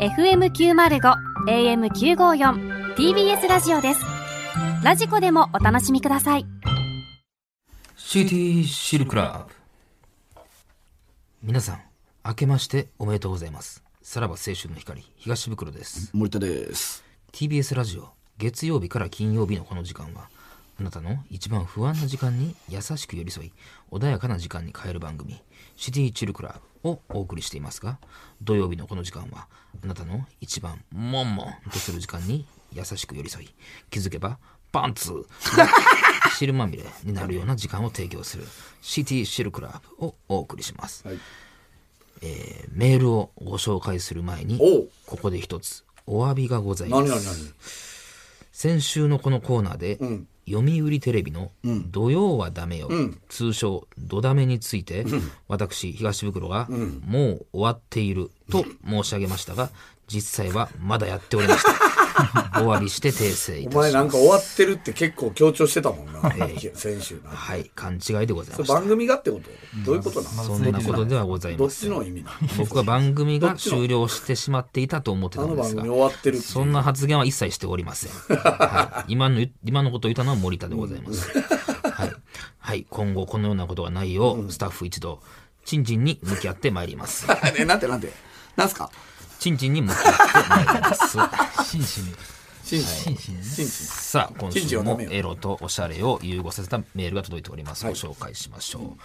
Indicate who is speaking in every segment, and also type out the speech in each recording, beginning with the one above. Speaker 1: FM905 AM954 TBS ラジオですラジコでもお楽しみください
Speaker 2: CT シルクラブ皆さん明けましておめでとうございますさらば青春の光東袋です
Speaker 3: 森田です。
Speaker 2: TBS ラジオ月曜日から金曜日のこの時間はあなたの一番不安な時間に優しく寄り添い穏やかな時間に変える番組「シティチルクラブ」をお送りしていますが土曜日のこの時間はあなたの一番モンモンとする時間に優しく寄り添い気づけばパンツ 汁まみれになるような時間を提供する「シティシルクラブ」をお送りします、
Speaker 3: はい
Speaker 2: えーメールをご紹介する前に
Speaker 3: おう
Speaker 2: ここで一つお詫びがございます
Speaker 3: 何何何
Speaker 2: 先週のこのコーナーで、読売テレビの「土曜はダメよ」通称「土ダメ」について、私東袋が、もう終わっている」と申し上げましたが実際はまだやっておりました お詫びして訂正い
Speaker 3: お
Speaker 2: たしま
Speaker 3: 前
Speaker 2: す
Speaker 3: なんか終わってるって結構強調してた もんな、先週な。
Speaker 2: はい勘違いでございま
Speaker 3: それ
Speaker 2: した
Speaker 3: 番組がってことどういうことなの
Speaker 2: そんなことではござい
Speaker 3: ど
Speaker 2: ま
Speaker 3: っ
Speaker 2: せん
Speaker 3: ちの意味な の
Speaker 2: 僕は番組が終了してしまっていたと思ってた
Speaker 3: あ
Speaker 2: ん
Speaker 3: の
Speaker 2: で
Speaker 3: 番
Speaker 2: すが
Speaker 3: 組終わってるって
Speaker 2: そんな発言は一切しておりません。はい、今の言、今のことを言ったのは森田でございます。はい。はい。今後このようなことがないよう、スタッフ一同、チンチンに向き合ってまいります。
Speaker 3: え、なんてなんて。なんすか
Speaker 2: チンチンに向き合ってまいります。
Speaker 4: 真摯に。
Speaker 3: 真摯。
Speaker 4: 摯に。
Speaker 3: 真摯。
Speaker 2: さあ、今
Speaker 3: チンチン
Speaker 2: 週
Speaker 3: はダ
Speaker 2: も
Speaker 3: メよ
Speaker 2: エロとおしゃれを融合させたメールが届いております。ご紹介しましょう。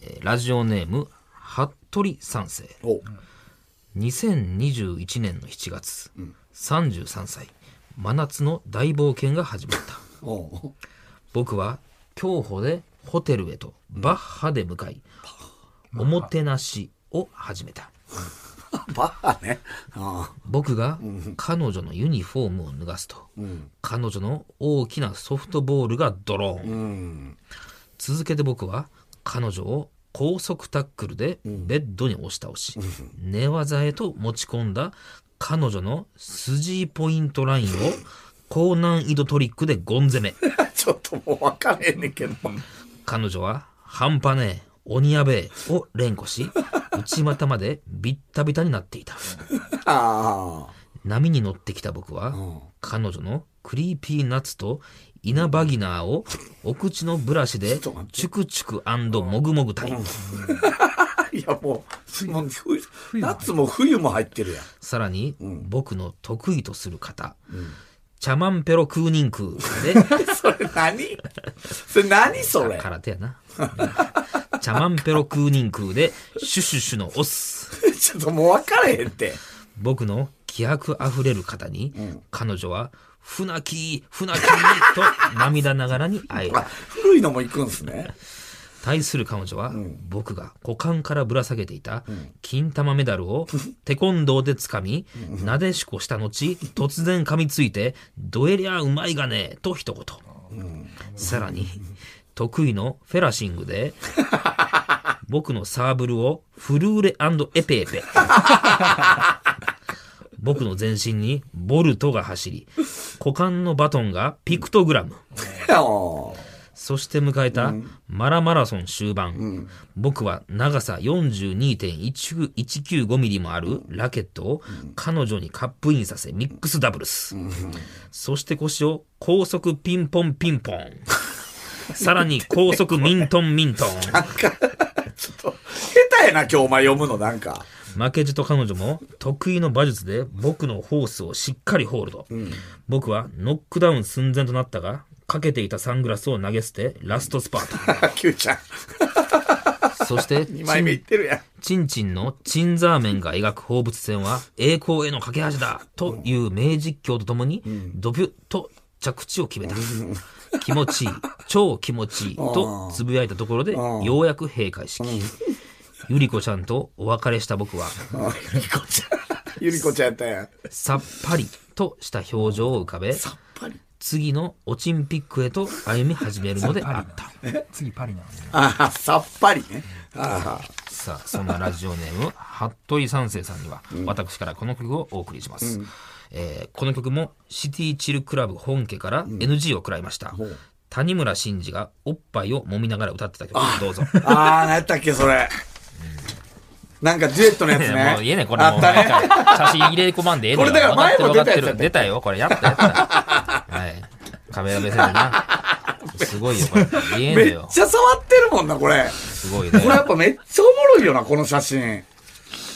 Speaker 2: えーラジオネーム、服部三世。
Speaker 3: お
Speaker 2: 2021年の7月、33歳、真夏の大冒険が始まった。
Speaker 3: お
Speaker 2: 僕は競歩でホテルへとバッハで向かい、おもてなしを始めた
Speaker 3: バッハね。あ
Speaker 2: 僕が彼女のユニフォームを脱がすと、彼女の大きなソフトボールがドローン、
Speaker 3: あうん。
Speaker 2: 続けて僕は彼女を高速タックルでベッドに押し倒し、寝技へと持ち込んだ彼女のスジーポイントラインを高難易度トリックでゴン攻め
Speaker 3: ちょっともう分かれへんねんけど。
Speaker 2: 彼女は半端ねえ鬼やべえを連呼 し内股までビッタビタになっていた
Speaker 3: あ
Speaker 2: 波に乗ってきた僕は、
Speaker 3: ん
Speaker 2: 彼女のクリーピーナッツとイナバギナーをお口のブラシで
Speaker 3: ちょっと待って
Speaker 2: チュクチュクもぐもぐたい
Speaker 3: あ。 いやもう、もう冬夏も冬も入ってるやん。
Speaker 2: さらに、僕の得意とする方、茶マンペロ空人空 で
Speaker 3: それ何それ何それ
Speaker 2: 空手やな茶マンペロ空人空でシュシュシュのオス
Speaker 3: ちょっともう分かれへんって。
Speaker 2: 僕の気迫あふれる方に、彼女は「船木船木」と涙ながらに会え
Speaker 3: あ
Speaker 2: た
Speaker 3: 古いのも行くんすね。
Speaker 2: 対する彼女は、僕が股間からぶら下げていた金玉メダルをテコンドーで掴み、なでしこした後突然噛みついて「どえりゃうまいがね」と一言、さらに得意のフェラシングで僕のサーブルをフルーレエペエペ僕の全身にボルトが走り股間のバトンがピクトグラム
Speaker 3: おー
Speaker 2: そして迎えたマラマラソン終盤、僕は長さ42.195ミリもあるラケットを彼女にカップインさせミックスダブルス、そして腰を高速ピンポンピンポンさらに高速ミントンミントン
Speaker 3: ちょっと、下手やな、今日お前読むの、なんか。
Speaker 2: 負けじと彼女も得意の馬術で僕のホースをしっかりホールド、僕はノックダウン寸前となったがかけていたサングラスを投げ捨てラストスパ ー
Speaker 3: キューちゃん、
Speaker 2: トそして
Speaker 3: 2枚目いって るやん。
Speaker 2: チンチンのチンザーメンが描く放物線は栄光への架け橋だという名実況とともに、ドビュッと着地を決めた。気持ちいい、超気持ちいいとつぶやいたところで、ようやく閉会式。ゆりこちゃんとお別れした僕は、
Speaker 3: ゆりこちゃん、ゆりこちゃんやったやん。
Speaker 2: さっぱりとした表情を浮かべ、
Speaker 3: パリ。
Speaker 2: 次のオチンピックへと歩み始めるのであった。
Speaker 4: 次パリなんで。
Speaker 3: ああ、さっぱりね。ああ、
Speaker 2: さあそんなラジオネー ム服部三世さんには私からこの曲をお送りします、えーこの曲もシティチルクラブ本家から NG を食らいました、谷村新司がおっぱいを揉みながら歌ってた曲どうぞ
Speaker 3: ああ、何やったっけ、それ。なんかデュエットのやつ
Speaker 2: いやもう言え
Speaker 3: ね。
Speaker 2: ねえこれもう
Speaker 3: あったね。
Speaker 2: なんか写真入れ込まんでええのよ
Speaker 3: これだから前も
Speaker 2: 分かってる
Speaker 3: 出たやつや
Speaker 2: 分かってる出たよこ
Speaker 3: った
Speaker 2: れやったやったはいカメラ目線でなすごいよこれ言えね
Speaker 3: め
Speaker 2: え
Speaker 3: っ
Speaker 2: よ
Speaker 3: ちゃ触ってるもんな、こ れ。
Speaker 2: すごい
Speaker 3: こ
Speaker 2: ね
Speaker 3: れやっぱめっちゃおもろいよな、この写真。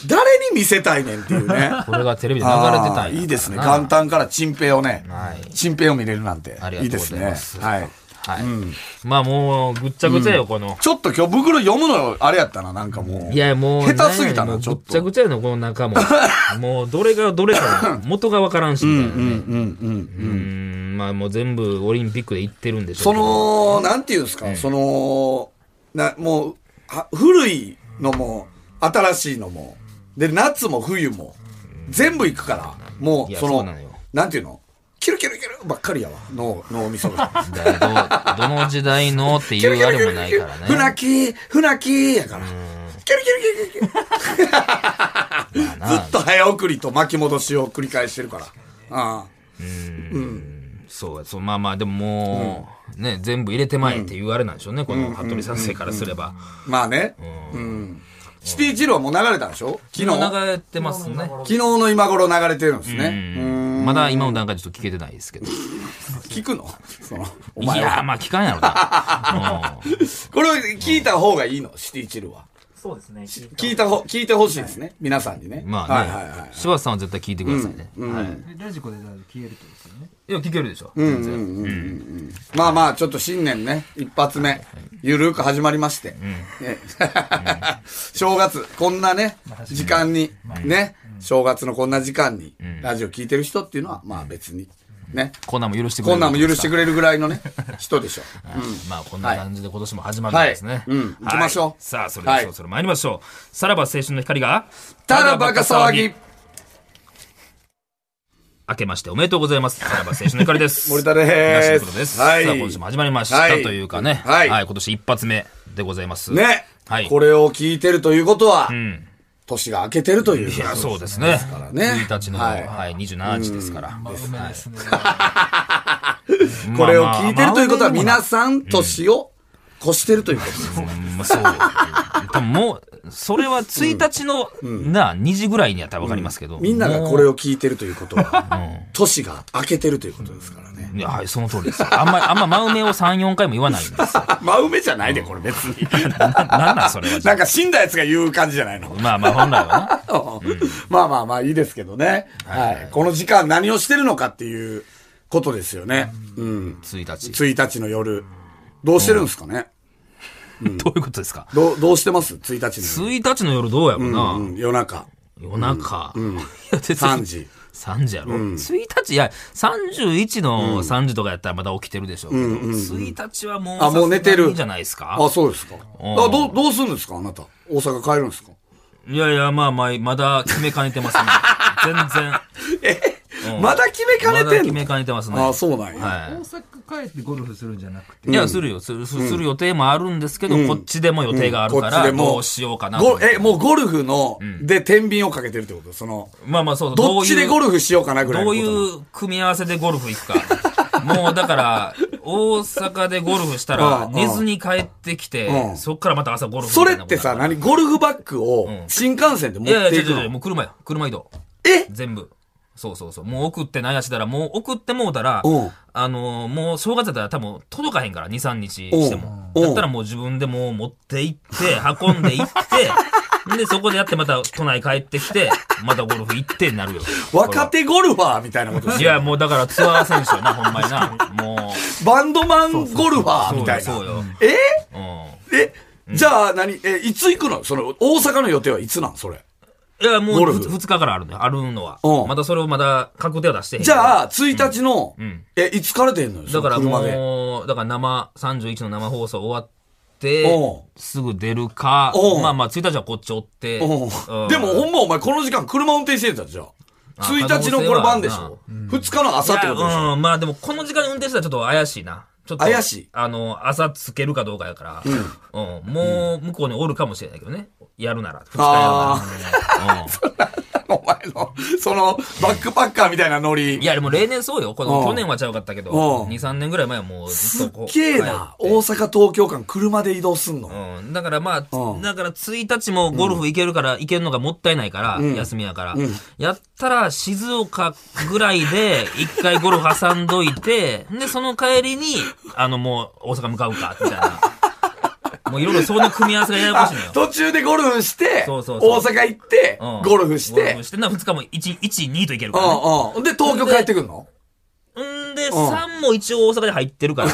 Speaker 3: 誰に見せたいねんってい うね。
Speaker 2: これがテレビで流れてた
Speaker 3: あ
Speaker 2: んや
Speaker 3: ーいいですね。
Speaker 2: な
Speaker 3: 元旦からチンペイをね
Speaker 2: はい、
Speaker 3: チンペイを見れるなんて
Speaker 2: あり。が
Speaker 3: い
Speaker 2: と
Speaker 3: いう
Speaker 2: ござ
Speaker 3: です
Speaker 2: い
Speaker 3: ね
Speaker 2: ます。
Speaker 3: はい。
Speaker 2: はいまあもうぐっちゃぐちゃよこの
Speaker 3: ちょっと今日袋読むのあれやったな、なんかもう。
Speaker 2: いやもう
Speaker 3: 下手すぎた
Speaker 2: も
Speaker 3: な、
Speaker 2: う
Speaker 3: ち
Speaker 2: ぐ
Speaker 3: ょ
Speaker 2: っ
Speaker 3: っ
Speaker 2: ちゃ
Speaker 3: と。
Speaker 2: ぐちゃよのこの中 ももうどれがどれか元が分からんしみたいなね
Speaker 3: うんうん
Speaker 2: うーんまあもう全部オリンピックで行ってるんでしょ
Speaker 3: そう
Speaker 2: けど
Speaker 3: の、なんていうんですか、その、な、もう、は古いのも、新しいのも、で、夏も冬も、全部行くから、も、
Speaker 2: いうや
Speaker 3: そ
Speaker 2: そう
Speaker 3: の
Speaker 2: なのよ、
Speaker 3: なんていうのキルキルキルばっかりやわ、脳、脳みそが。
Speaker 2: だからどどの時代のって
Speaker 3: キル
Speaker 2: い
Speaker 3: キ
Speaker 2: うあ
Speaker 3: ルキ
Speaker 2: れも
Speaker 3: ル
Speaker 2: ない
Speaker 3: キル
Speaker 2: からね
Speaker 3: 船木、船木やから。キルキルキルキルキル。
Speaker 2: まあ
Speaker 3: ず
Speaker 2: な
Speaker 3: っと早送りと巻き戻しを繰り返してるから。ああ
Speaker 2: そうそうまあまあでももう、ね全部入れてまえっていうあれなんでしょうね、この服部先生からすれば、
Speaker 3: まあね。うん。シティチルはもう流れたんでしょ昨日。
Speaker 2: 昨日流れてますね
Speaker 3: 昨日の今頃流れてるんですね。
Speaker 2: う
Speaker 3: うん
Speaker 2: んまだ今の段階ちょっと聞けてないですけど
Speaker 3: 聞くのその、お
Speaker 2: い
Speaker 3: 前は。
Speaker 2: やまあ聞かんやろな、うん
Speaker 3: これを聞いた方がいいの、シティチルは。
Speaker 5: そうですね。
Speaker 3: 聞いた方、聞いてほしいですね。皆さんにね。
Speaker 2: ま
Speaker 3: は
Speaker 2: あ
Speaker 3: い
Speaker 2: ね、
Speaker 3: はいはい。
Speaker 2: 柴田さんは絶対聞いてくださいね、はい、い
Speaker 4: ラジコでだいぶ消えるってことですよね。
Speaker 2: や聞けるでしょ全然、
Speaker 3: まあまあ、ちょっと新年ね、一発目、ゆるーく始まりまして。ね 正月、こんなね、時間に、ね、正月のこんな時間に、ラジオ聞いてる人っていうのは、まあ別に、ね、
Speaker 2: こんなんも許してくれ
Speaker 3: こ
Speaker 2: る
Speaker 3: んなんも許してく
Speaker 2: れ、
Speaker 3: れるぐらい のね、人でしょ。
Speaker 2: はいまあこんな感じで今年も始まるんですね、
Speaker 3: はいうん行きましょう
Speaker 2: はいさあそれではそろそろ参りましょう、さらば青春の光が
Speaker 3: ただバカ騒ぎ、
Speaker 2: 明けましておめでとうございます。さらば青春の光です。
Speaker 3: 森田です
Speaker 2: 東野です。
Speaker 3: はい
Speaker 2: さあ、今週も始まりました、
Speaker 3: はい
Speaker 2: というかね、
Speaker 3: は
Speaker 2: 今
Speaker 3: い
Speaker 2: 年一発目でございます。
Speaker 3: ね、
Speaker 2: はい
Speaker 3: これを聞いてるということは、
Speaker 2: ん
Speaker 3: 年が明けてるという。
Speaker 2: いや、そうですね。
Speaker 3: らね
Speaker 2: 1日の、
Speaker 3: は
Speaker 2: はいい、27日ですから。
Speaker 4: うめですね。
Speaker 3: これを聞いてるということは、皆
Speaker 2: さ
Speaker 3: さん年を越してるということです。
Speaker 2: ん。そう。多分もう、それは1日の、な、2時ぐらいには多分わかりますけど。
Speaker 3: みんなが
Speaker 2: もう
Speaker 3: これを聞いてるということは、年が明けてるということですからね。
Speaker 2: いや、はい、その通りです。あんまり、あんま真埋めを3、4回も言わないんですよ。
Speaker 3: 真埋めじゃないで、これ別に。
Speaker 2: な、なんなんそれは。
Speaker 3: なんか死んだやつが言う感じじゃないの。
Speaker 2: まあまあ、本来はな。
Speaker 3: まあまあまあいいですけどね。はい。この時間何をしてるのかっていうことですよね。うん。
Speaker 2: 1日。
Speaker 3: 1日の夜。どうしてるんですかね。
Speaker 2: どういうことですか
Speaker 3: どう、どうしてます ?1 日の夜。
Speaker 2: 1日の夜どうやろうな、
Speaker 3: うん、夜中。
Speaker 2: 夜中、いや別に
Speaker 3: 3時
Speaker 2: 3時やろ、1日いや31の3時とかやったらまだ起きてるでしょうけど、1日はもう
Speaker 3: あもう寝て
Speaker 2: さ
Speaker 3: る
Speaker 2: すがにじゃないですか
Speaker 3: あ、そうですか。
Speaker 2: ん
Speaker 3: あどう、どうするんですかあなた。大阪帰るんですか
Speaker 2: いやいやまあまあまだ決めかねて ますね全然うん
Speaker 3: まだ決めかね
Speaker 2: まだ
Speaker 3: て
Speaker 2: 決
Speaker 3: ん
Speaker 2: め
Speaker 3: の
Speaker 2: かねてますね
Speaker 3: あ、そうなんや。
Speaker 2: は
Speaker 4: 大阪帰ってゴルフするんじゃなくて
Speaker 2: い、いやするよするする予定もあるんですけど、こっちでも予定があるから、どうしようかなと思
Speaker 3: ご
Speaker 2: って
Speaker 3: え、もうゴルフの、で、天秤をかけてるってことその、
Speaker 2: まあまあそうそう
Speaker 3: どっちでゴ
Speaker 2: ル
Speaker 3: ルフしようかなぐらい
Speaker 2: ど
Speaker 3: の
Speaker 2: う
Speaker 3: ことなの
Speaker 2: いう組み合わせでゴルフ行くか。 もうだから、大阪でゴルフした
Speaker 3: う
Speaker 2: ら、
Speaker 3: ん
Speaker 2: 寝ずに帰ってき
Speaker 3: う
Speaker 2: て、
Speaker 3: ん
Speaker 2: そっからまた朝ゴルフみ
Speaker 3: そ
Speaker 2: た
Speaker 3: れ
Speaker 2: いな
Speaker 3: っ
Speaker 2: こと
Speaker 3: て
Speaker 2: やか
Speaker 3: さ、
Speaker 2: ら
Speaker 3: 何ゴルフバッグを新幹線で持
Speaker 2: いや
Speaker 3: っ
Speaker 2: い
Speaker 3: て
Speaker 2: や、違
Speaker 3: いく
Speaker 2: う違う違う、
Speaker 3: の
Speaker 2: もう車よ。車移動。
Speaker 3: え
Speaker 2: 全部。そうそうそう。もう送ってないやしだら、もう送ってもうたら
Speaker 3: うん、
Speaker 2: あのー、もう正月だったら多分届かへんから、2、3日しても。
Speaker 3: うん
Speaker 2: だったらもう自分でもう持って行って、運んで行 って、で、そこでやってまた都内帰ってきて、またゴルフ行ってになるよ。
Speaker 3: 若手ゴルファーみたいなこと
Speaker 2: いや、もうだからツアー選手よな、ほんまにな。もう。
Speaker 3: バンドマンゴルファーみたいな
Speaker 2: そうよ。そうよ
Speaker 3: え
Speaker 2: う
Speaker 3: えじゃあ何えいつ行くのその大阪の予定はいつなんそれ
Speaker 2: ん。いや、も
Speaker 3: ゴ
Speaker 2: う
Speaker 3: ルフ
Speaker 2: ふ2日からあるんだよ。あるのは
Speaker 3: う。ん
Speaker 2: まだそれをまだ確定は出してへん。
Speaker 3: じゃあ1日の、
Speaker 2: ん
Speaker 3: えいつから出んのよそ
Speaker 2: だか
Speaker 3: の
Speaker 2: ら
Speaker 3: 車で
Speaker 2: もう、だから生、31の生放送終わっ
Speaker 3: お
Speaker 2: て
Speaker 3: う、
Speaker 2: すぐ出るか
Speaker 3: おう、
Speaker 2: まあまあ、1日はこっちおって、
Speaker 3: う
Speaker 2: うんん
Speaker 3: でもほんまお前この時間車運転してたじゃん
Speaker 2: あ
Speaker 3: 1日のこれ晩でしょ2日の朝ってことでし
Speaker 2: いや
Speaker 3: ょ
Speaker 2: うん、まあでもこの時間に運転したらちょっと怪しいな。ちょっと
Speaker 3: 怪しい
Speaker 2: あの、朝つけるかどうかやから、うん。もう、向こうにおるかもしれないけどね。やるなら。二日やるなら。うん
Speaker 3: お前のその、バックパッカーみたいなノリ。
Speaker 2: いや、でも例年そうよ。この
Speaker 3: うん
Speaker 2: 去年はちゃうかったけど、
Speaker 3: う
Speaker 2: 2、
Speaker 3: ん
Speaker 2: 3年ぐらい前はもうず
Speaker 3: す
Speaker 2: っ
Speaker 3: っ
Speaker 2: とこう。
Speaker 3: げえな。
Speaker 2: 帰っ
Speaker 3: 大阪、東京間、車で移動すんの。
Speaker 2: てうん。だからまあ、
Speaker 3: うん
Speaker 2: だから1日もゴルフ行けるから、行けるのがもったいないから、休みやから、やったら静岡ぐらいで、一回ゴルフ挟んどいて、 で、その帰りに、あのもう大阪向かうか、みたい な。もういろいろその組み合わせがややこしいのよ。
Speaker 3: 途中でゴルフして、
Speaker 2: そうそうそう
Speaker 3: 大阪行って、
Speaker 2: うん
Speaker 3: ゴルフし
Speaker 2: ゴル
Speaker 3: て
Speaker 2: フ、して、な、2日も1、1、2といけるから、ね。
Speaker 3: うんうん。で、東京帰ってくんの
Speaker 2: んで、
Speaker 3: ん
Speaker 2: 3も一応大阪で入ってる から。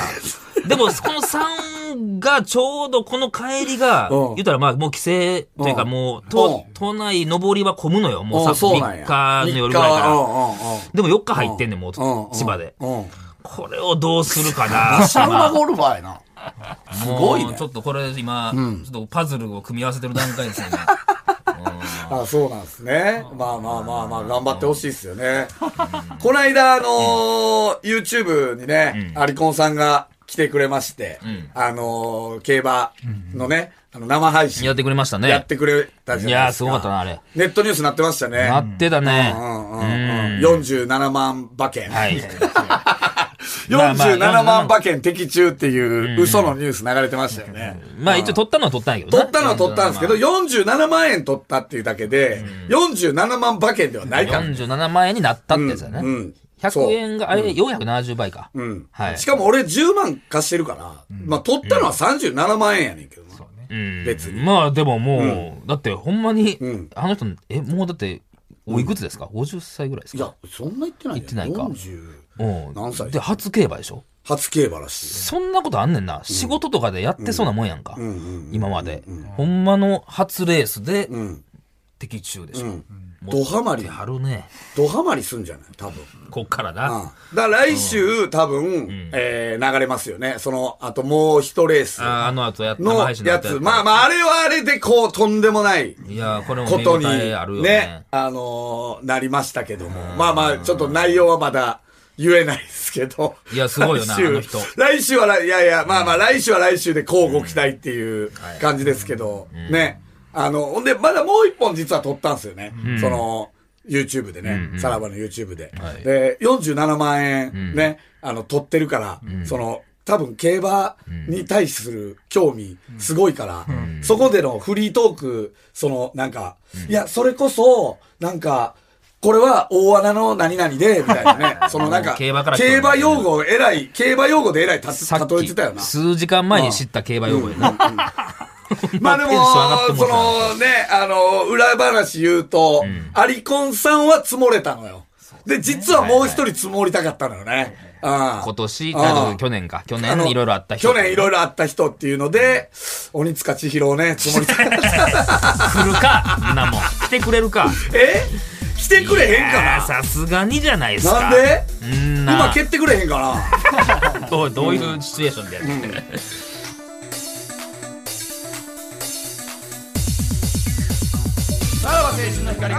Speaker 2: でも、この3がちょうどこの帰りが、
Speaker 3: うん
Speaker 2: 言ったらまあもう帰省というか
Speaker 3: うん
Speaker 2: もう、と
Speaker 3: うん
Speaker 2: 都内上りは混むのよ。もう
Speaker 3: う
Speaker 2: さ
Speaker 3: んそうなん
Speaker 2: 3
Speaker 3: や。
Speaker 2: 日の夜ぐらい
Speaker 3: 三日
Speaker 2: から。
Speaker 3: は
Speaker 2: でも4日入ってんねん、もう、
Speaker 3: うんうんうんうん。
Speaker 2: 千葉で。
Speaker 3: うん。
Speaker 2: これをどうするか な。
Speaker 3: シャウマゴルファーやな。
Speaker 2: す
Speaker 3: ごいね
Speaker 2: ちょっとこれ今、ちょっとパズルを組み合わせてる段階 ですよね。
Speaker 3: あ、そうなんですね。まあまあまあまあ、頑張ってほしいですよね。この間、あのー YouTube にね、アリコンさんが来てくれまして、あのー競馬のね、あの生配
Speaker 2: や
Speaker 3: 信
Speaker 2: ってくれましたね。
Speaker 3: やってくれたじ
Speaker 2: い
Speaker 3: ゃない
Speaker 2: やー、
Speaker 3: です
Speaker 2: す
Speaker 3: か。
Speaker 2: ごかったな、あれ。
Speaker 3: ネットニュースになってましたね。
Speaker 2: なってたね。
Speaker 3: うんう
Speaker 2: うん
Speaker 3: んうんうん。47万馬券。
Speaker 2: はい。
Speaker 3: 47万馬券的中っていう嘘のニュース流れてましたよね。
Speaker 2: まあ一応取ったのは取ったんやけどな
Speaker 3: 取ったのは取ったんですけど、47万円取ったっていうだけで、47万馬券ではないから。
Speaker 2: 47万円になったってやつだね。
Speaker 3: うんうん
Speaker 2: 100円が、あれ、470倍か。
Speaker 3: うん
Speaker 2: はい
Speaker 3: しかも俺10万貸してるから、まあ取ったのは37万円やねんけどな。
Speaker 2: うん
Speaker 3: 別に
Speaker 2: まあでももう、だってほんまに
Speaker 3: ん、
Speaker 2: あの人、え、もうだって、おいくつですか ?50 歳ぐらいです
Speaker 3: い
Speaker 2: か
Speaker 3: や、そんな言ってない
Speaker 2: 言
Speaker 3: よ
Speaker 2: ってないか
Speaker 3: 40。
Speaker 2: うん。
Speaker 3: 何歳
Speaker 2: で、初競馬でしょ
Speaker 3: 初競馬らしい。
Speaker 2: そんなことあんねんな。仕事とかでやってそうなもんやんか。今まで。ほんまの初レースで、的中でしょ。もう
Speaker 3: ドハマり
Speaker 2: やってはるね。
Speaker 3: ドハマりすんじゃない多分。
Speaker 2: こっから
Speaker 3: うん
Speaker 2: な。
Speaker 3: だから来週多分、えー流れますよね。その、あともう一レース
Speaker 2: あーあの後やった
Speaker 3: のやつ。まあまあ、あれはあれでこう、とんでもない。
Speaker 2: いやー、これも
Speaker 3: こ
Speaker 2: 見
Speaker 3: と
Speaker 2: 応
Speaker 3: に
Speaker 2: えあるよ
Speaker 3: ね
Speaker 2: ね、。
Speaker 3: あのーなりましたけども。まあまあ、ちょっと内容はまだ言えないですけど。
Speaker 2: いやすごい よな
Speaker 3: 来週
Speaker 2: あの人
Speaker 3: 来週は来、いやいや、まあまあ、来週は来週で交互期待っていう感じですけど、ね。あの、ほんで、まだもう一本実は撮ったんですよね。その、YouTube でね、さらばの YouTube で。
Speaker 2: はい
Speaker 3: で、47万円ね、あの、取ってるから、その、多分競馬に対する興味すごいから、そこでのフリートーク、その、なんか、いや、それこそ、なんか、これは大穴の何々で、みたいな ね。そのなんか、
Speaker 2: 競馬から来た
Speaker 3: 競馬用語を偉い、競馬用語で偉いたつ
Speaker 2: さっ
Speaker 3: 例え
Speaker 2: き
Speaker 3: てたよな。
Speaker 2: 数時間前に知った競馬用語やな。 テンション上がって、
Speaker 3: まあでも
Speaker 2: も
Speaker 3: そう
Speaker 2: たな
Speaker 3: のね、あの、裏話言うと、アリコンさんは積もれたのよ。で、実はもう一人積もりたかったのよね。うん
Speaker 2: 今年、
Speaker 3: あー
Speaker 2: あの去年か。去
Speaker 3: あ
Speaker 2: 年
Speaker 3: の
Speaker 2: いろいろあった人。
Speaker 3: 去年いろいろあった人っていうので、鬼塚千尋をね、積もりた かった。
Speaker 2: 来るか、んなもん。来てくれるか。
Speaker 3: え来てくれへん
Speaker 2: いやー
Speaker 3: か
Speaker 2: さすがにじゃないです
Speaker 3: な
Speaker 2: か。
Speaker 3: なんで
Speaker 2: んな
Speaker 3: 今蹴ってくれへんかな
Speaker 2: どうどういうシチュエーションでやってる
Speaker 3: さらば青春の光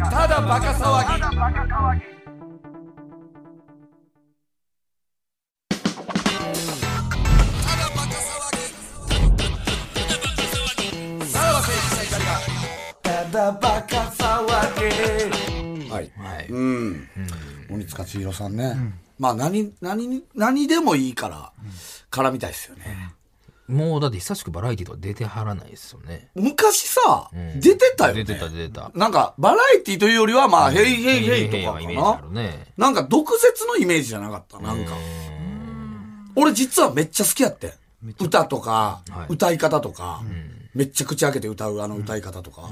Speaker 3: がただバカ騒ぎはい、
Speaker 2: はい
Speaker 3: うん、鬼塚千尋さんね、まあ何何に何でもいいから、絡みたいですよね
Speaker 2: もうだって久しくバラエティとか出てはらないですよね。
Speaker 3: 昔さ、
Speaker 2: うん
Speaker 3: 出てたよね
Speaker 2: 出てた出てた。
Speaker 3: なんかバラエティというよりはまあ「ヘイヘイヘイ」とか
Speaker 2: は
Speaker 3: か
Speaker 2: イ
Speaker 3: な、
Speaker 2: メージあるね。
Speaker 3: なんか毒舌のイメージじゃなかった。なんか。俺実はめっちゃ好きやってん。歌とか、
Speaker 2: はい
Speaker 3: 歌い方とか、めっちゃ口開けて歌うあの歌い方とか、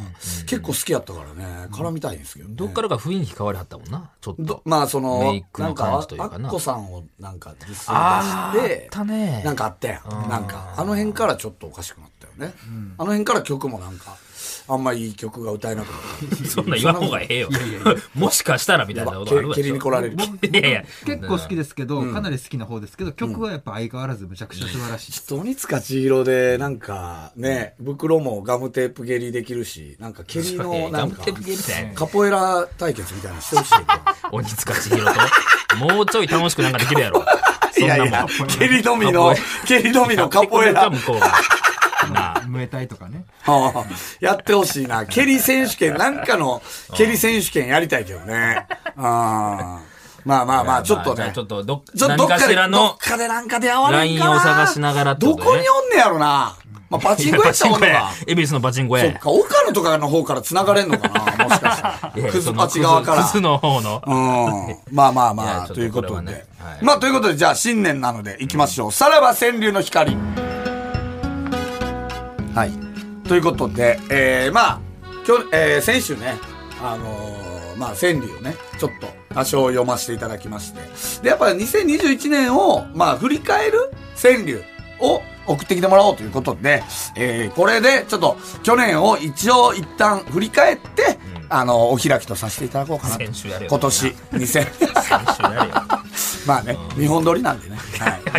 Speaker 3: 結構好きやったからね、絡みたいんですけどね。
Speaker 2: どっからか雰囲気変わりはったもんな。ちょっ
Speaker 3: ど
Speaker 2: と。
Speaker 3: まあその
Speaker 2: メイ、ク
Speaker 3: なん
Speaker 2: の
Speaker 3: か、
Speaker 2: 感
Speaker 3: あ
Speaker 2: じというかな
Speaker 3: っこさんをなんか実
Speaker 2: あ
Speaker 3: 際
Speaker 2: ー
Speaker 3: 出し、
Speaker 2: あってたね
Speaker 3: なんかあったやん。なんか、あの辺からちょっとおかしくなったよね。あの辺から曲もなんか、あんまいい曲が歌えなくなった。
Speaker 2: そんなん言わん方がええよ。もしかしたらみたいなことあるわ
Speaker 3: 蹴りに来られる。
Speaker 2: いやいや。
Speaker 4: 結構好きですけど、かなり好きな方ですけど、曲はやっぱ相変わらずむちゃくちゃ素晴らしい。
Speaker 3: ちょっと鬼塚千尋で、なんかね、袋もガムテープ蹴りできるし、なんか蹴りの
Speaker 2: な
Speaker 3: なんん
Speaker 2: か
Speaker 3: か、
Speaker 2: 鬼
Speaker 3: カポエラ対決みたいなのしてほしいけ
Speaker 2: 塚千尋と、もうちょい楽しくなんかできるやろ。
Speaker 3: ど。
Speaker 2: そんなもん。
Speaker 3: 蹴りのみ
Speaker 2: カポエ
Speaker 3: の、蹴りのみのカポエ
Speaker 2: や
Speaker 3: ラ
Speaker 2: ってくれるか向こうが。なあ。
Speaker 4: ムエタイとかね。
Speaker 3: ああ やってほしいな。蹴り選手権、なんかの蹴り選手権やりたいけどね。ああまあまあまあ、ちょっと
Speaker 2: じゃあ
Speaker 3: ね。
Speaker 2: ちょっとどっ、
Speaker 3: ちょ
Speaker 2: 何
Speaker 3: っとどっ
Speaker 2: か
Speaker 3: か
Speaker 2: し
Speaker 3: で、
Speaker 2: ら
Speaker 3: どっ
Speaker 2: の
Speaker 3: かでなんか出会わ
Speaker 2: ラ
Speaker 3: ない
Speaker 2: イ
Speaker 3: か
Speaker 2: ン
Speaker 3: な。
Speaker 2: を探しながらって
Speaker 3: ど
Speaker 2: ことね
Speaker 3: こにおんねやろな。まあ、パチンコやってたことか。
Speaker 2: 恵比寿のパチンコ
Speaker 3: そ
Speaker 2: 屋
Speaker 3: っ
Speaker 2: や。
Speaker 3: か、岡野とかの方から繋がれんの かな、もしかした
Speaker 2: いや
Speaker 3: ら。
Speaker 2: い
Speaker 3: ク
Speaker 2: や
Speaker 3: ズ
Speaker 2: そ
Speaker 3: パ
Speaker 2: の
Speaker 3: チ側から
Speaker 2: ク。ズの方 の。
Speaker 3: うん。まあまあ
Speaker 2: い
Speaker 3: ま
Speaker 2: や
Speaker 3: あ、
Speaker 2: ちょっと
Speaker 3: ということ
Speaker 2: これは
Speaker 3: で
Speaker 2: ねはい。
Speaker 3: まあ、ということで、じゃあ、新年なので、行きましょう。さらば川柳の光。はい。ということで、えー、まあ、今日、えー、先週ね、あのーまあ、川柳をね、ちょっと多少読ませていただきまして。で、やっぱり2021年を、まあ、振り返る川柳を送ってきてもらおうということで、えー、これで、ちょっと、去年を一応一旦振り返って、あのお開きとさせていただこうかなと。
Speaker 2: 先週やれよ
Speaker 3: 今年、2000。
Speaker 2: 先週やれよ
Speaker 3: まあね、日本撮りなんでね。は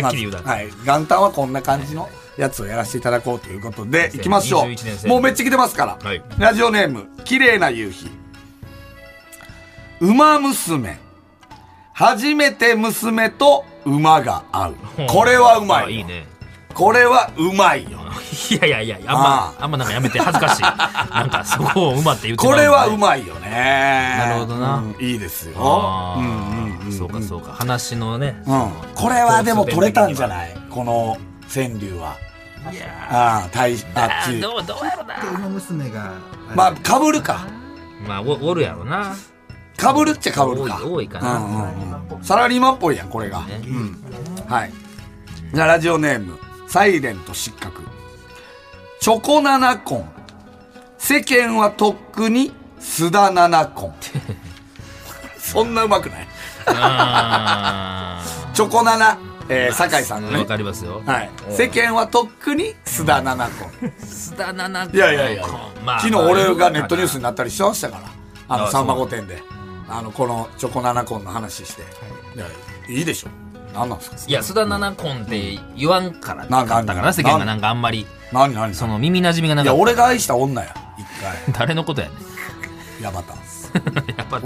Speaker 2: はっきり言うな
Speaker 3: まずはい。元旦はこんな感じのやつをやらせていただこうということで、いきましょ
Speaker 2: 2021年
Speaker 3: う。
Speaker 2: 生
Speaker 3: もうめっちゃ来てますから。
Speaker 2: はい
Speaker 3: ラジオネーム、綺麗な夕日。馬娘。初めて娘と馬が合 う。これはうま
Speaker 2: あ
Speaker 3: いよ。
Speaker 2: いいね。
Speaker 3: これはうまいよ。
Speaker 2: いやいやいや、あんま
Speaker 3: あ、
Speaker 2: あんまなんかやめて恥ずかし い。なんかそこをうまって言って
Speaker 3: これはう
Speaker 2: い。
Speaker 3: まいよね。な
Speaker 2: るほどな
Speaker 3: うんいいですよ。
Speaker 2: あ
Speaker 3: うん
Speaker 2: ーそうかそうか。話のね。そ
Speaker 3: うん
Speaker 2: の。
Speaker 3: これはでも取れたんじゃ
Speaker 2: い
Speaker 3: ないこの川柳は。
Speaker 2: いや
Speaker 3: ああ、大し、
Speaker 2: ー
Speaker 3: あっち。
Speaker 2: どう、どうやろな。
Speaker 4: 馬娘が。
Speaker 3: まあ、
Speaker 4: れ
Speaker 3: かぶるか。
Speaker 2: まあ、おおるやろな。
Speaker 3: かぶるっちゃかぶるか。
Speaker 2: 多い多いかな
Speaker 3: うんうんうんサラリーマンっぽいやん、これが。
Speaker 2: ね
Speaker 3: うん。はい。じゃあ、ラジオネーム、サイレント失格。チョコナナコン。世間はとっくに、須田ナナコン。そんなうまくない
Speaker 2: あ ー
Speaker 3: チョコナナ、えー、酒井さんの
Speaker 2: わ
Speaker 3: ね。
Speaker 2: かりますよ。
Speaker 3: はい。世間はとっくに、須田ナナコン。
Speaker 2: 須田七
Speaker 3: いやいやいや、昨日俺がネットニュースになったりしてましたから、あ
Speaker 2: あ
Speaker 3: の、
Speaker 2: あ
Speaker 3: さんま御殿で、あの、このチョコナナコンの話して、いや、いいでしょ。何なんですか
Speaker 2: いや、須田七コンって言わんから、
Speaker 3: な
Speaker 2: なんんか
Speaker 3: かあ
Speaker 2: あ
Speaker 3: ん
Speaker 2: っ
Speaker 3: の
Speaker 2: たからな、世間がなんかあんまり、
Speaker 3: 何何
Speaker 2: そ
Speaker 3: その、
Speaker 2: の耳馴染みがないか
Speaker 3: や、
Speaker 2: っ
Speaker 3: 俺が愛した女や。一
Speaker 2: た。誰のことやね
Speaker 3: 回、ヤバタン。
Speaker 2: ん。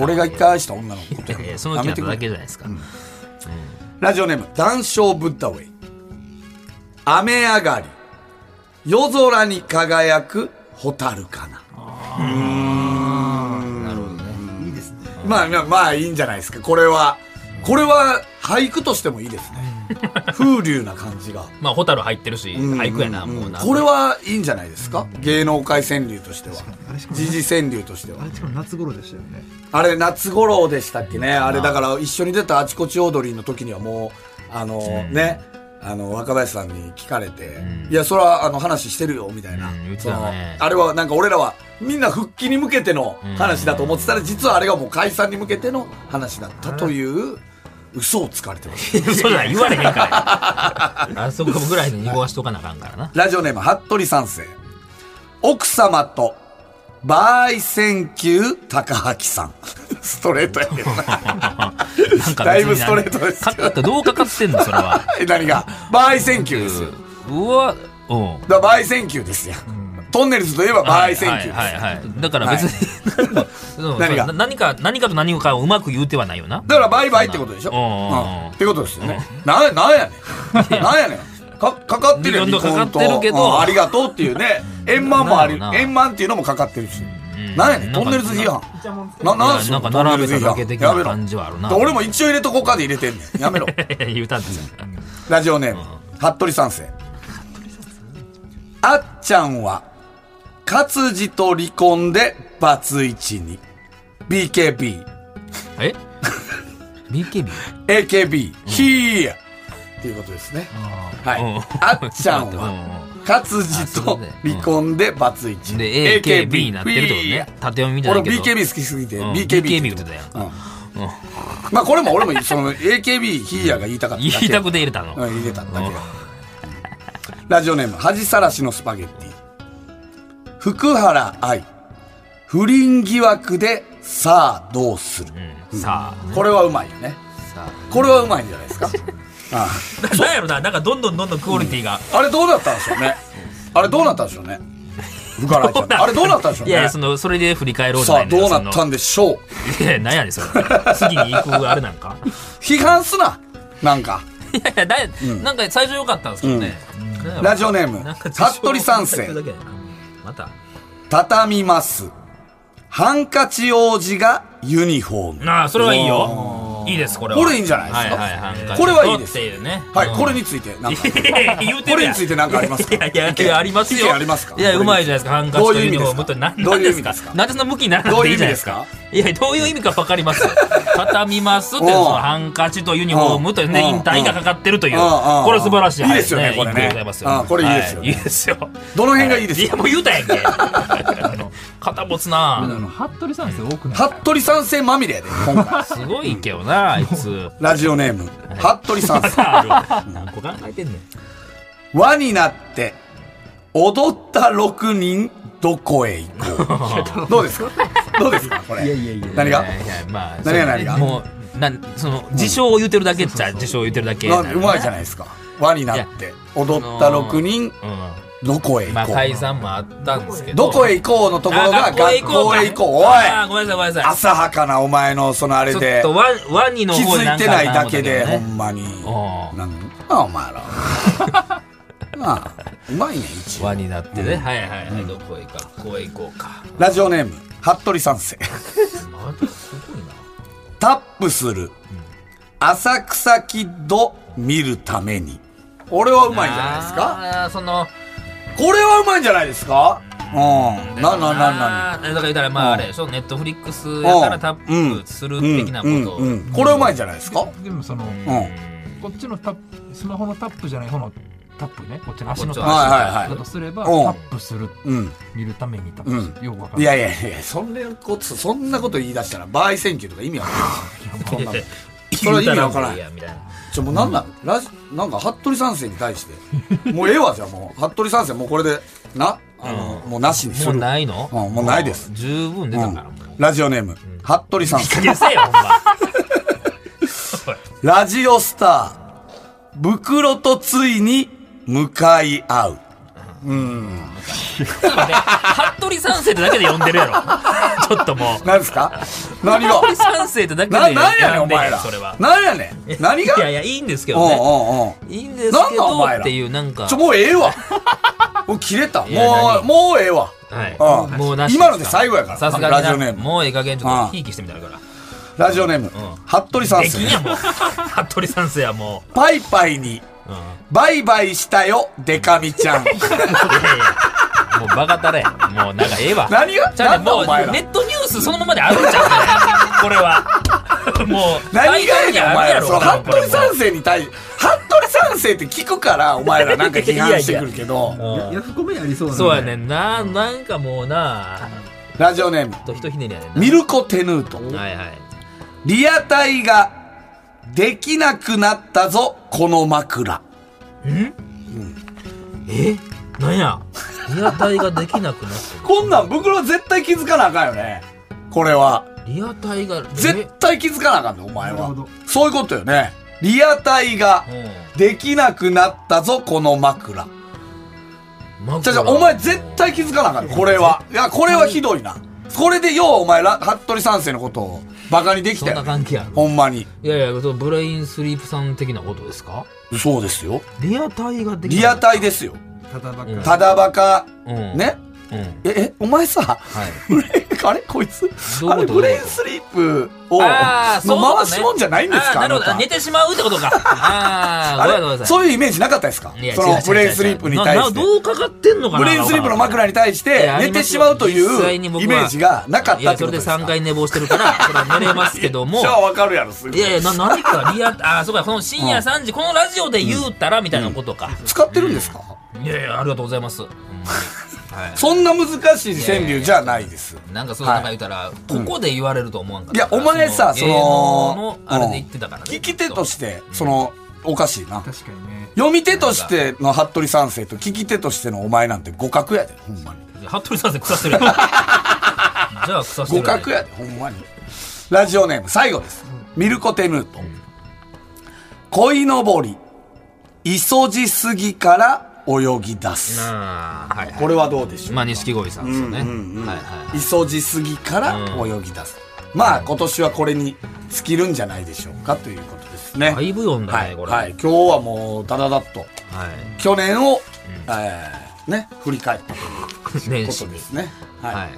Speaker 3: 俺が一回愛した女のこ
Speaker 2: い
Speaker 3: と
Speaker 2: や
Speaker 3: や
Speaker 2: いや。その気
Speaker 3: や
Speaker 2: な
Speaker 3: めて
Speaker 2: った
Speaker 3: く
Speaker 2: だけじ
Speaker 3: れ
Speaker 2: ゃないですか。
Speaker 3: ラジオネーム、談笑ブッダウェイ。雨上がり、夜空に輝く蛍かな。
Speaker 2: なるほどね。
Speaker 4: いいですね。
Speaker 3: まあまあまあいいんじゃないですか。これは、これは俳句としてもいいですね。風流な感じが。
Speaker 2: まあ、ホタル入ってるし、 俳句やな、もうな。
Speaker 3: これはいいんじゃないですか芸能界川柳としては
Speaker 4: あれしかも
Speaker 3: 時事川柳として
Speaker 4: あ
Speaker 3: は
Speaker 4: れしかも夏頃でしたよね。
Speaker 3: あれ夏五郎でしたっけねあれだから一緒に出た「あちこちオードリー」の時にはもうあのねあの若林さんに聞かれて「いやそれはあの話してるよ」みたいな
Speaker 2: うん言って
Speaker 3: そ
Speaker 2: た
Speaker 3: の
Speaker 2: ね
Speaker 3: あれはなんか俺らはみんな復帰に向けての話だと思ってたら実はあれがもう解散に向けての話だったという嘘をつかれてます
Speaker 2: それは言われへんから。あそこぐらいで濁わしとかなあかんからな。
Speaker 3: ラジオネーム、服部三世。奥様と、バイセンキュー高橋さん。 ストレートやけど な。
Speaker 2: なんか
Speaker 3: だいぶストレートです
Speaker 2: かかってどうかかってんの、それは。
Speaker 3: 何がバイセンキューですよ。
Speaker 2: うわ、うん。
Speaker 3: だバイセンキューですよ。トンネルズといえばバイセンキュー
Speaker 2: は
Speaker 3: で
Speaker 2: い
Speaker 3: す
Speaker 2: はいはい
Speaker 3: よ。
Speaker 2: はいだから別に、うん
Speaker 3: 何が
Speaker 2: そう何か何かと何かをうまく言うてはないよな
Speaker 3: だからバイバイってことでしょ、うん、ってことですよね。な、なんやねん。なんやねん。か、かかってるよ、
Speaker 2: 離婚と
Speaker 3: 離婚と
Speaker 2: かかってるけど
Speaker 3: うんありがとうっていうね。円満もあり
Speaker 2: なんやろ、な
Speaker 3: 円満っていうのもかかってるし。なんやねん、トンネルズ批判。な、なんす
Speaker 2: な
Speaker 3: よ
Speaker 2: んか
Speaker 3: トンネル
Speaker 2: 並
Speaker 3: ズ
Speaker 2: べ
Speaker 3: 批
Speaker 2: ただけ
Speaker 3: 判
Speaker 2: 的
Speaker 3: やめ
Speaker 2: な
Speaker 3: ろ
Speaker 2: 感じはあるな
Speaker 3: 俺も一応入れとこうかで入れてんねん。やめろ。
Speaker 2: 言うたんですよ
Speaker 3: ラジオネーム、服部三世。あっちゃんは、勝地と離婚でバツイチに。BKB、
Speaker 2: え BKB?
Speaker 3: AKB、ヒーっていうことですね。はい
Speaker 2: うん。
Speaker 3: あっちゃん
Speaker 2: うんうん
Speaker 3: は、勝地と離婚でバツイチ
Speaker 2: で AKB になってるってこと
Speaker 3: ヒー
Speaker 2: ね
Speaker 3: や
Speaker 2: 縦読みみたい
Speaker 3: 俺
Speaker 2: だけど
Speaker 3: BKB 好きすぎて、
Speaker 2: うん
Speaker 3: BKB って言
Speaker 2: BKB
Speaker 3: っ
Speaker 2: ってて
Speaker 3: た
Speaker 2: たやん
Speaker 3: うんまあこれも俺もその AKB ヒーヤが言いたかっただけ
Speaker 2: 言いたくて入れたの
Speaker 3: うん入れたんだけ
Speaker 2: うん
Speaker 3: どラジオネーム恥さらしのスパゲッティ福原愛不倫疑惑でさあどうする、
Speaker 2: うんさあ
Speaker 3: これはうまいよね
Speaker 2: さ
Speaker 3: これはうまいんじゃないですかあ
Speaker 2: あなんやろななんかどんどんどんどんクオリティが
Speaker 3: ああれどうなったんでしょうねあれどうなったんでしょうね福原愛ちゃん あれどうなったんでしょう
Speaker 2: いやいやそ
Speaker 3: ね
Speaker 2: のそれで振り返ろうじゃ
Speaker 3: さ
Speaker 2: な
Speaker 3: あ
Speaker 2: いの
Speaker 3: ど
Speaker 2: よ
Speaker 3: うなったんでしょう
Speaker 2: そのいやいやなんやねんそれ次に行くあれなんか
Speaker 3: 批判すななんか
Speaker 2: いやいやだい、なんか最初良かったんですけどね。なんか
Speaker 3: ラジオネーム
Speaker 2: なんか
Speaker 3: 服部三世
Speaker 2: だけだなまた。
Speaker 3: 畳みます。ハンカチ王子がユニフォーム。
Speaker 2: なあ、それはいいよ。いいです、これは。
Speaker 3: これいいんじゃないですか
Speaker 2: はいはいはい。
Speaker 3: これはいいです
Speaker 2: ハンカチとってうね。
Speaker 3: はい、
Speaker 2: うん
Speaker 3: これについて、なんか。
Speaker 2: 言うて
Speaker 3: こ
Speaker 2: る
Speaker 3: れ
Speaker 2: や
Speaker 3: に
Speaker 2: ん
Speaker 3: ついて何かありますか
Speaker 2: いやいやいやあります
Speaker 3: 意見
Speaker 2: よ
Speaker 3: ありますか
Speaker 2: いやうまいじゃないですかハンカチとユニフォームと何
Speaker 3: どういう意
Speaker 2: で
Speaker 3: 味
Speaker 2: す
Speaker 3: で
Speaker 2: か
Speaker 3: すか
Speaker 2: なんでそんな向きにならなくていいじゃないですかいやどういう意味か分かり ますよ畳みますっていう
Speaker 3: おう
Speaker 2: そのハンカチとユニフォームというね
Speaker 3: うん
Speaker 2: 引退がかかってるという
Speaker 3: うんうん
Speaker 2: これ素晴らしい
Speaker 3: いいですよね
Speaker 2: は
Speaker 3: これね
Speaker 2: 一句でございますよ
Speaker 3: うんこれいいですよ
Speaker 2: は
Speaker 3: ね
Speaker 2: いいいですよ
Speaker 3: どの辺がいいです
Speaker 2: いや
Speaker 3: か
Speaker 2: もう言うたやんけ あの肩持つ
Speaker 4: あ
Speaker 2: な
Speaker 4: の服部さんですよ多くない
Speaker 3: 服部三世まみ れやで、今回。
Speaker 2: すごいけどなあいつ
Speaker 3: ラジオネーム、服部三世。
Speaker 2: ある何個考えてんねん
Speaker 3: 輪になって、踊った6人、どこへ行こ う。どうですかどうですかこれ。
Speaker 4: いやいやいや
Speaker 3: 何が
Speaker 2: いやいやまあ
Speaker 3: 何が何が
Speaker 2: もうなんその自称を言ってるだけっちゃ自称を言ってるだけ
Speaker 3: なうまいじゃ
Speaker 2: ん
Speaker 3: ないですか。輪になって、踊った6人、
Speaker 2: う
Speaker 3: どこへ
Speaker 2: んまあ
Speaker 3: 行こ
Speaker 2: 解
Speaker 3: う。
Speaker 2: 散もあったんですけど
Speaker 3: どこへ行こうのところが
Speaker 2: あ
Speaker 3: 学校へ行こう。おい
Speaker 2: あーごめんなさいごめんなさい
Speaker 3: 浅はかなお前のそのあれ
Speaker 2: ちょ
Speaker 3: で
Speaker 2: っ。とワニワニの
Speaker 3: 気
Speaker 2: 方
Speaker 3: づいてないだけで、
Speaker 2: な
Speaker 3: ほ
Speaker 2: んか
Speaker 3: んまに。
Speaker 2: あー
Speaker 3: なんだお前ら。 なあ、うまいね、一応
Speaker 2: ワニなってね、はいはいはい、どこへ行こう、ここへ行こうか。
Speaker 3: ラジオネーム、服部三世。
Speaker 2: まだすごいな。
Speaker 3: タップする。浅草キッド見るために。俺はうまいんじゃないですか
Speaker 2: ああー、その、
Speaker 3: これはうまいんじゃないですかうん。な、な、な、な、
Speaker 2: あーだから言ったら、まああれでしょ、ネットフリックスやからタップする
Speaker 3: うん、
Speaker 2: 的なこ
Speaker 3: うん
Speaker 2: とを。
Speaker 3: うん。これうまいんじゃないですか
Speaker 5: でもその
Speaker 3: うん。はい
Speaker 5: こっちのタップスマホのタップじゃない方のタップねこっちの足のタ
Speaker 2: こっちの
Speaker 5: ッ
Speaker 3: はい
Speaker 5: プだと
Speaker 3: は
Speaker 5: すればタ
Speaker 3: うん
Speaker 5: ップする
Speaker 3: い。うん。
Speaker 5: 見るためにタップする、よくわかん
Speaker 3: い
Speaker 5: ない
Speaker 3: やいやいや、そんなこと、そんなこと言い出したら、倍選挙とか意味わかんない。それは意味わからん
Speaker 2: いやみたいな。
Speaker 3: ちょ、もうなんなん、ラジ、なんか、服部三世に対して、もうええわ、じゃあもう、服部三世もうこれで、な、あの、もうなしにす
Speaker 2: も
Speaker 3: る。
Speaker 2: うないの
Speaker 3: うんもうないです
Speaker 2: もう十分出たから、もう。
Speaker 3: ラジオネーム、服部三世。
Speaker 2: 消せよ、ほんま。
Speaker 3: ラジオスター、袋とついに向かい合う。
Speaker 2: 服部三世ってだけで呼んでるやろ。 ちょっともう。
Speaker 3: 何ですか何が
Speaker 2: 服部三世ってだけで
Speaker 3: な、何やねん、
Speaker 2: 呼
Speaker 3: お
Speaker 2: んでる
Speaker 3: 前ら
Speaker 2: それは。。
Speaker 3: 何やねん。何が
Speaker 2: いやいや、いいんですけ
Speaker 3: お
Speaker 2: ど
Speaker 3: う
Speaker 2: ね。
Speaker 3: おうおう
Speaker 2: いいんです
Speaker 3: なん
Speaker 2: け
Speaker 3: なんお
Speaker 2: ど
Speaker 3: 前ら
Speaker 2: っていう、なんか
Speaker 3: ちょ、。もうええわ。 もう切れた。
Speaker 2: いや
Speaker 3: もう、
Speaker 2: 何
Speaker 3: もうええわ。
Speaker 2: はい。もうなしすか
Speaker 3: 今ので最後やから
Speaker 2: さすが
Speaker 3: ラジオ
Speaker 2: に
Speaker 3: ネー
Speaker 2: な。
Speaker 3: ム
Speaker 2: もうええ加減、ちょ
Speaker 3: ああ
Speaker 2: っと、ひいきしてみたらから。
Speaker 3: ラジオネーム、服部三
Speaker 2: できんや、
Speaker 3: 世。
Speaker 2: もう。 服部三世はも
Speaker 3: パイパイに、
Speaker 2: う。うん。い
Speaker 3: バイバイしたよ、デカミ ちゃん。
Speaker 2: やいや。もうバカたれ。もう、なんかええわ。
Speaker 3: 何が
Speaker 2: じゃあね
Speaker 3: 何だ
Speaker 2: も
Speaker 3: お
Speaker 2: う
Speaker 3: 前ら
Speaker 2: ネットニュースそのままであるんちゃうこれこれ はもう
Speaker 3: 何がやねん、お前ら。その服部
Speaker 2: ん
Speaker 3: 三世に対し、服部三世って聞くから、お前らなんか批判してくるけど。
Speaker 4: やヤフコメありそうなんで
Speaker 2: そうやねんななんかもうな
Speaker 3: ラジオネーム、
Speaker 2: ちょっとひとひねりやねんな
Speaker 3: ミルコ・テヌート。
Speaker 2: はいはい
Speaker 3: リアタイができなくなったぞ、この枕。
Speaker 2: えなんやリアタイができなくなっ
Speaker 3: こんなん、袋絶対気づかなあかんよね。これは。
Speaker 2: たリアタイが
Speaker 3: 絶対気づかなあかんね、お前
Speaker 4: な
Speaker 3: は
Speaker 4: るほど。
Speaker 3: そういうことよね。リアタイが
Speaker 2: え
Speaker 3: できなくなったぞ、この枕。
Speaker 2: うんマ
Speaker 3: じゃじゃ、お前絶対気づかなあかんね、これは。いや、これはひどいな。これでようお前ら、服部三世のことをバカにでき
Speaker 2: そ
Speaker 3: た
Speaker 2: ん
Speaker 3: よ
Speaker 2: な。関係ある
Speaker 3: ほんまに。
Speaker 2: いやいやそのブレインスリープさん的なことですか
Speaker 3: そうですよ。
Speaker 2: リアタイができ
Speaker 3: リアタイですよ。
Speaker 4: ただばっか
Speaker 3: ただバカ、
Speaker 2: うん
Speaker 3: ね。
Speaker 2: うん
Speaker 3: え、え、お前さ、
Speaker 2: はい
Speaker 3: ブレイク、あれこいつ
Speaker 2: どういうこと
Speaker 3: あれブレインスリープを、
Speaker 2: あーそういう
Speaker 3: の
Speaker 2: ことね
Speaker 3: 回しもんじゃないんですか
Speaker 2: あーなるほど
Speaker 3: あなた
Speaker 2: 寝てしまうってこと かああ
Speaker 3: あ
Speaker 2: ご
Speaker 3: れ
Speaker 2: めんなさい
Speaker 3: そういうイメージなかったですか
Speaker 2: いや
Speaker 3: そ
Speaker 2: 違う違
Speaker 3: の
Speaker 2: う
Speaker 3: ブレインスリープに対
Speaker 2: なな
Speaker 3: して。
Speaker 2: どうかかってんのかな
Speaker 3: ブレインスリープの枕に対し
Speaker 2: い
Speaker 3: て
Speaker 2: やあり
Speaker 3: 寝
Speaker 2: ますよ
Speaker 3: てしまうとい
Speaker 2: 実際に
Speaker 3: う
Speaker 2: 僕は
Speaker 3: イメージがなかった
Speaker 2: いや
Speaker 3: って
Speaker 2: そ
Speaker 3: こ
Speaker 2: れで
Speaker 3: とですか
Speaker 2: 3回寝坊してる からそれは寝れますけども
Speaker 3: じゃあわかるやろ、すぐ
Speaker 2: いやいやな何かリアあーそうかこの深夜3時、このラジオで言うたらみたいなことか、
Speaker 3: 使ってるんですか
Speaker 2: いやいやありがとうございます、ほんまには
Speaker 3: そんな難しい川柳じゃないです。
Speaker 2: い、なんかそう
Speaker 3: はい
Speaker 2: なんか言うたら、ここで言われると思わんかった
Speaker 3: いや、お前さ、その
Speaker 2: 芸能の、あれで言ってたから、
Speaker 3: うん聞き手として、その、おかしいな。
Speaker 5: 確かにね
Speaker 3: 読み手としての服部三世と聞き手としてのお前なんて互角やで、ほんまに。
Speaker 2: 服部さんで腐してるやん じゃあ腐して
Speaker 3: 互
Speaker 2: るやん
Speaker 3: 角やで、ほんまに。ラジオネーム、最後です。ミルコ・テヌート。鯉のぼり、急ぎすぎから泳ぎ出す。
Speaker 2: なあはいはい
Speaker 3: これはどうでしょう
Speaker 2: まあ錦鯉さんですよね、はいはいはい
Speaker 3: 急ぎすぎから泳ぎ出す。まあ、今年はこれに尽きるんじゃないでしょうかということです。ね
Speaker 2: だいぶ読んだ
Speaker 3: は
Speaker 2: ね、
Speaker 3: い、
Speaker 2: これ。
Speaker 3: はい、今日はもうダダダッと
Speaker 2: はい。
Speaker 3: 去年を、えーね振り返ったという
Speaker 2: 年
Speaker 3: こ
Speaker 2: 始
Speaker 3: と
Speaker 2: に
Speaker 3: で。すね、はい
Speaker 2: はい。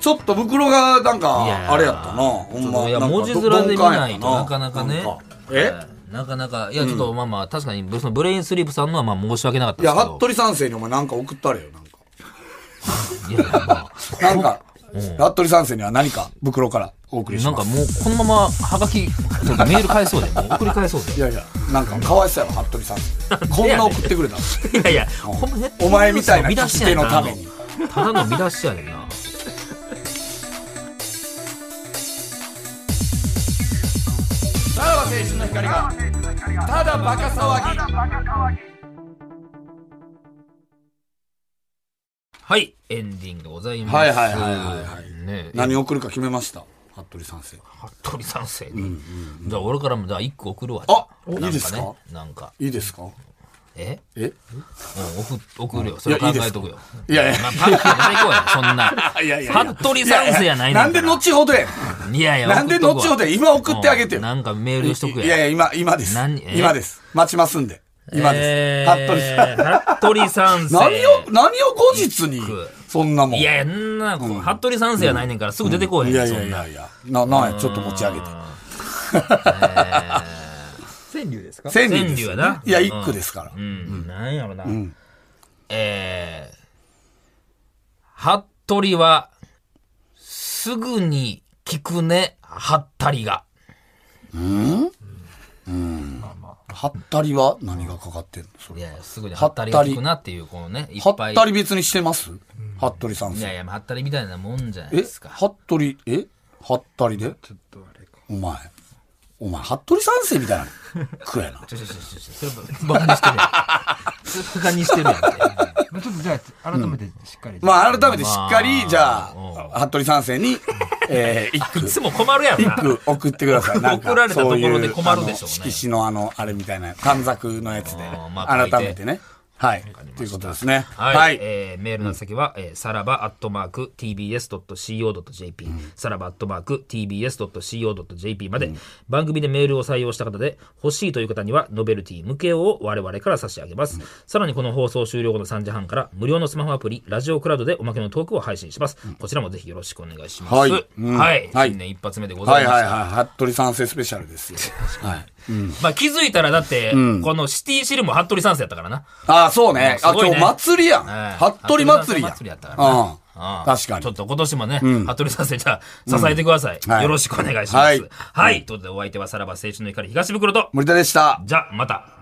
Speaker 3: ちょっと袋がなん
Speaker 2: い
Speaker 3: か
Speaker 2: やー
Speaker 3: あれやったなほん
Speaker 2: ちょっと
Speaker 3: ま
Speaker 2: いや
Speaker 3: なんか
Speaker 2: 文字面で見ないとなかなかね
Speaker 3: んかえ
Speaker 2: はいなかなかいやちょっとまあまあ確かにそのブレインスリープさんのはまあ申し訳なかった
Speaker 3: い
Speaker 2: です
Speaker 3: や
Speaker 2: けど
Speaker 3: 服部三世にお前なんか送ったれよなんか
Speaker 2: いやいやまあ
Speaker 3: なんか服部三世には何か袋からお送りし
Speaker 2: なん
Speaker 3: ま
Speaker 2: か
Speaker 3: す
Speaker 2: もうこのままハガキメール返 そうでもう送り返そう
Speaker 3: いやいやなんかかわいそうやろ服部三世こんな送ってくれたの
Speaker 2: でいやいやほんまね
Speaker 3: お前みたいな
Speaker 2: 見
Speaker 3: 聞
Speaker 2: 出
Speaker 3: き
Speaker 2: しやね
Speaker 3: 手
Speaker 2: ん
Speaker 3: の
Speaker 2: な
Speaker 3: ために
Speaker 2: ただの見出しやねんな
Speaker 3: さらば青春の光がただバカ騒ぎ
Speaker 2: はいエンディングでございます
Speaker 3: はいはいはいはいはい
Speaker 2: ね
Speaker 3: 何送るか決めました服部三世
Speaker 2: 服部三世にじゃあ俺からもじゃあ一個送るわ
Speaker 3: あ
Speaker 2: なんね
Speaker 3: いいですか
Speaker 2: なんか
Speaker 3: いいですか
Speaker 2: え
Speaker 3: え
Speaker 2: うん送送るよそれ考えとくよ
Speaker 3: いやいや
Speaker 2: まあパッと出てこいよそんな
Speaker 3: いやいやいや
Speaker 2: 服部三世やないね
Speaker 3: なん
Speaker 2: ん
Speaker 3: で
Speaker 2: から
Speaker 3: 後ほどや
Speaker 2: いやいや
Speaker 3: なんで後ほどや今送ってあげて
Speaker 2: よ
Speaker 3: よ
Speaker 2: なんかメールしとくや
Speaker 3: いやいや、今、今です
Speaker 2: 何。え
Speaker 3: 今です。待ちますんで。今です。服部さん。
Speaker 2: ん服部三世
Speaker 3: 何を、何を後日に
Speaker 2: く、
Speaker 3: そんなもん。
Speaker 2: いやいやんな服部三世やないねんからすぐ出てこうへん
Speaker 3: い
Speaker 2: ね
Speaker 3: や
Speaker 2: ん
Speaker 3: い
Speaker 2: そ
Speaker 3: や
Speaker 2: ん
Speaker 3: い
Speaker 2: な
Speaker 3: やいや。な、なんやちょっと持ち上げて。
Speaker 4: 川柳ですか
Speaker 3: 千里で
Speaker 2: 千
Speaker 3: す
Speaker 2: 里やない
Speaker 3: や、一句ですから
Speaker 2: う。んなんやろなえー服部はすぐに聞くねはったりが
Speaker 3: はったりは何がかかってんのそ
Speaker 2: い
Speaker 3: れ。
Speaker 2: やいやすぐにはったりが聞くなっていうこのねいっ
Speaker 3: は
Speaker 2: ぱ
Speaker 3: っ
Speaker 2: い
Speaker 3: たり別にしてます服部さん
Speaker 2: いやいやまあはったりみたいなもんじゃない
Speaker 3: え
Speaker 2: ですか
Speaker 3: 服部、えはったりでちょっとあれか。お前。お前、服部三世みたいな句やな。
Speaker 2: ちょちょちょちょそれバカにしてるやんバカにしてるやん
Speaker 5: まあちょっとじゃあ改めてしっかり、
Speaker 3: まあ、改めてしっか
Speaker 2: まあ
Speaker 3: り、じゃ
Speaker 2: う
Speaker 3: あ、服部三世に、えー、一句
Speaker 2: い。つも困るやん
Speaker 3: 一
Speaker 2: な。
Speaker 3: 句送ってくださ い。なんか
Speaker 2: 送られたところで困るでしょうね
Speaker 3: そういうあの色紙のあの、あれみたいな、短冊のやつで
Speaker 2: あーま、あ
Speaker 3: 改めてね。はい。ということですね。
Speaker 2: はい、
Speaker 3: はい。
Speaker 2: えーメールの先は、えーさらばアットマーク tbs.co.jp、さらばアットマーク tbs.co.jp まで、番組でメールを採用した方で欲しいという方にはノベルティ無形を我々から差し上げます、さらにこの放送終了後の3時半から無料のスマホアプリラジオクラウドでおまけのトークを配信します、こちらもぜひよろしくお願いしますは、
Speaker 3: はいい
Speaker 2: はい
Speaker 3: うんはい
Speaker 2: 新年一発目でござ
Speaker 3: はいい
Speaker 2: ました、
Speaker 3: はいはい。服部三世スペシャルです よ。はい。
Speaker 2: まあ、気づいたらだって、このシティシルも服部三世やったからな
Speaker 3: ああ、そうね。
Speaker 2: うん
Speaker 3: あ、
Speaker 2: すごい
Speaker 3: 今
Speaker 2: ね
Speaker 3: 日祭りやん
Speaker 2: ええ。
Speaker 3: 服部祭りやん。
Speaker 2: 服部祭りやったからね
Speaker 3: うん。
Speaker 2: うん
Speaker 3: 確かに
Speaker 2: ちょっ。と今年もね、服部さんじゃあ支えてください。
Speaker 3: はい
Speaker 2: よろしくお願いします。は
Speaker 3: はいい。
Speaker 2: ということでお相手はさらば青春の光東袋と、
Speaker 3: 森田でした。
Speaker 2: じゃあまた。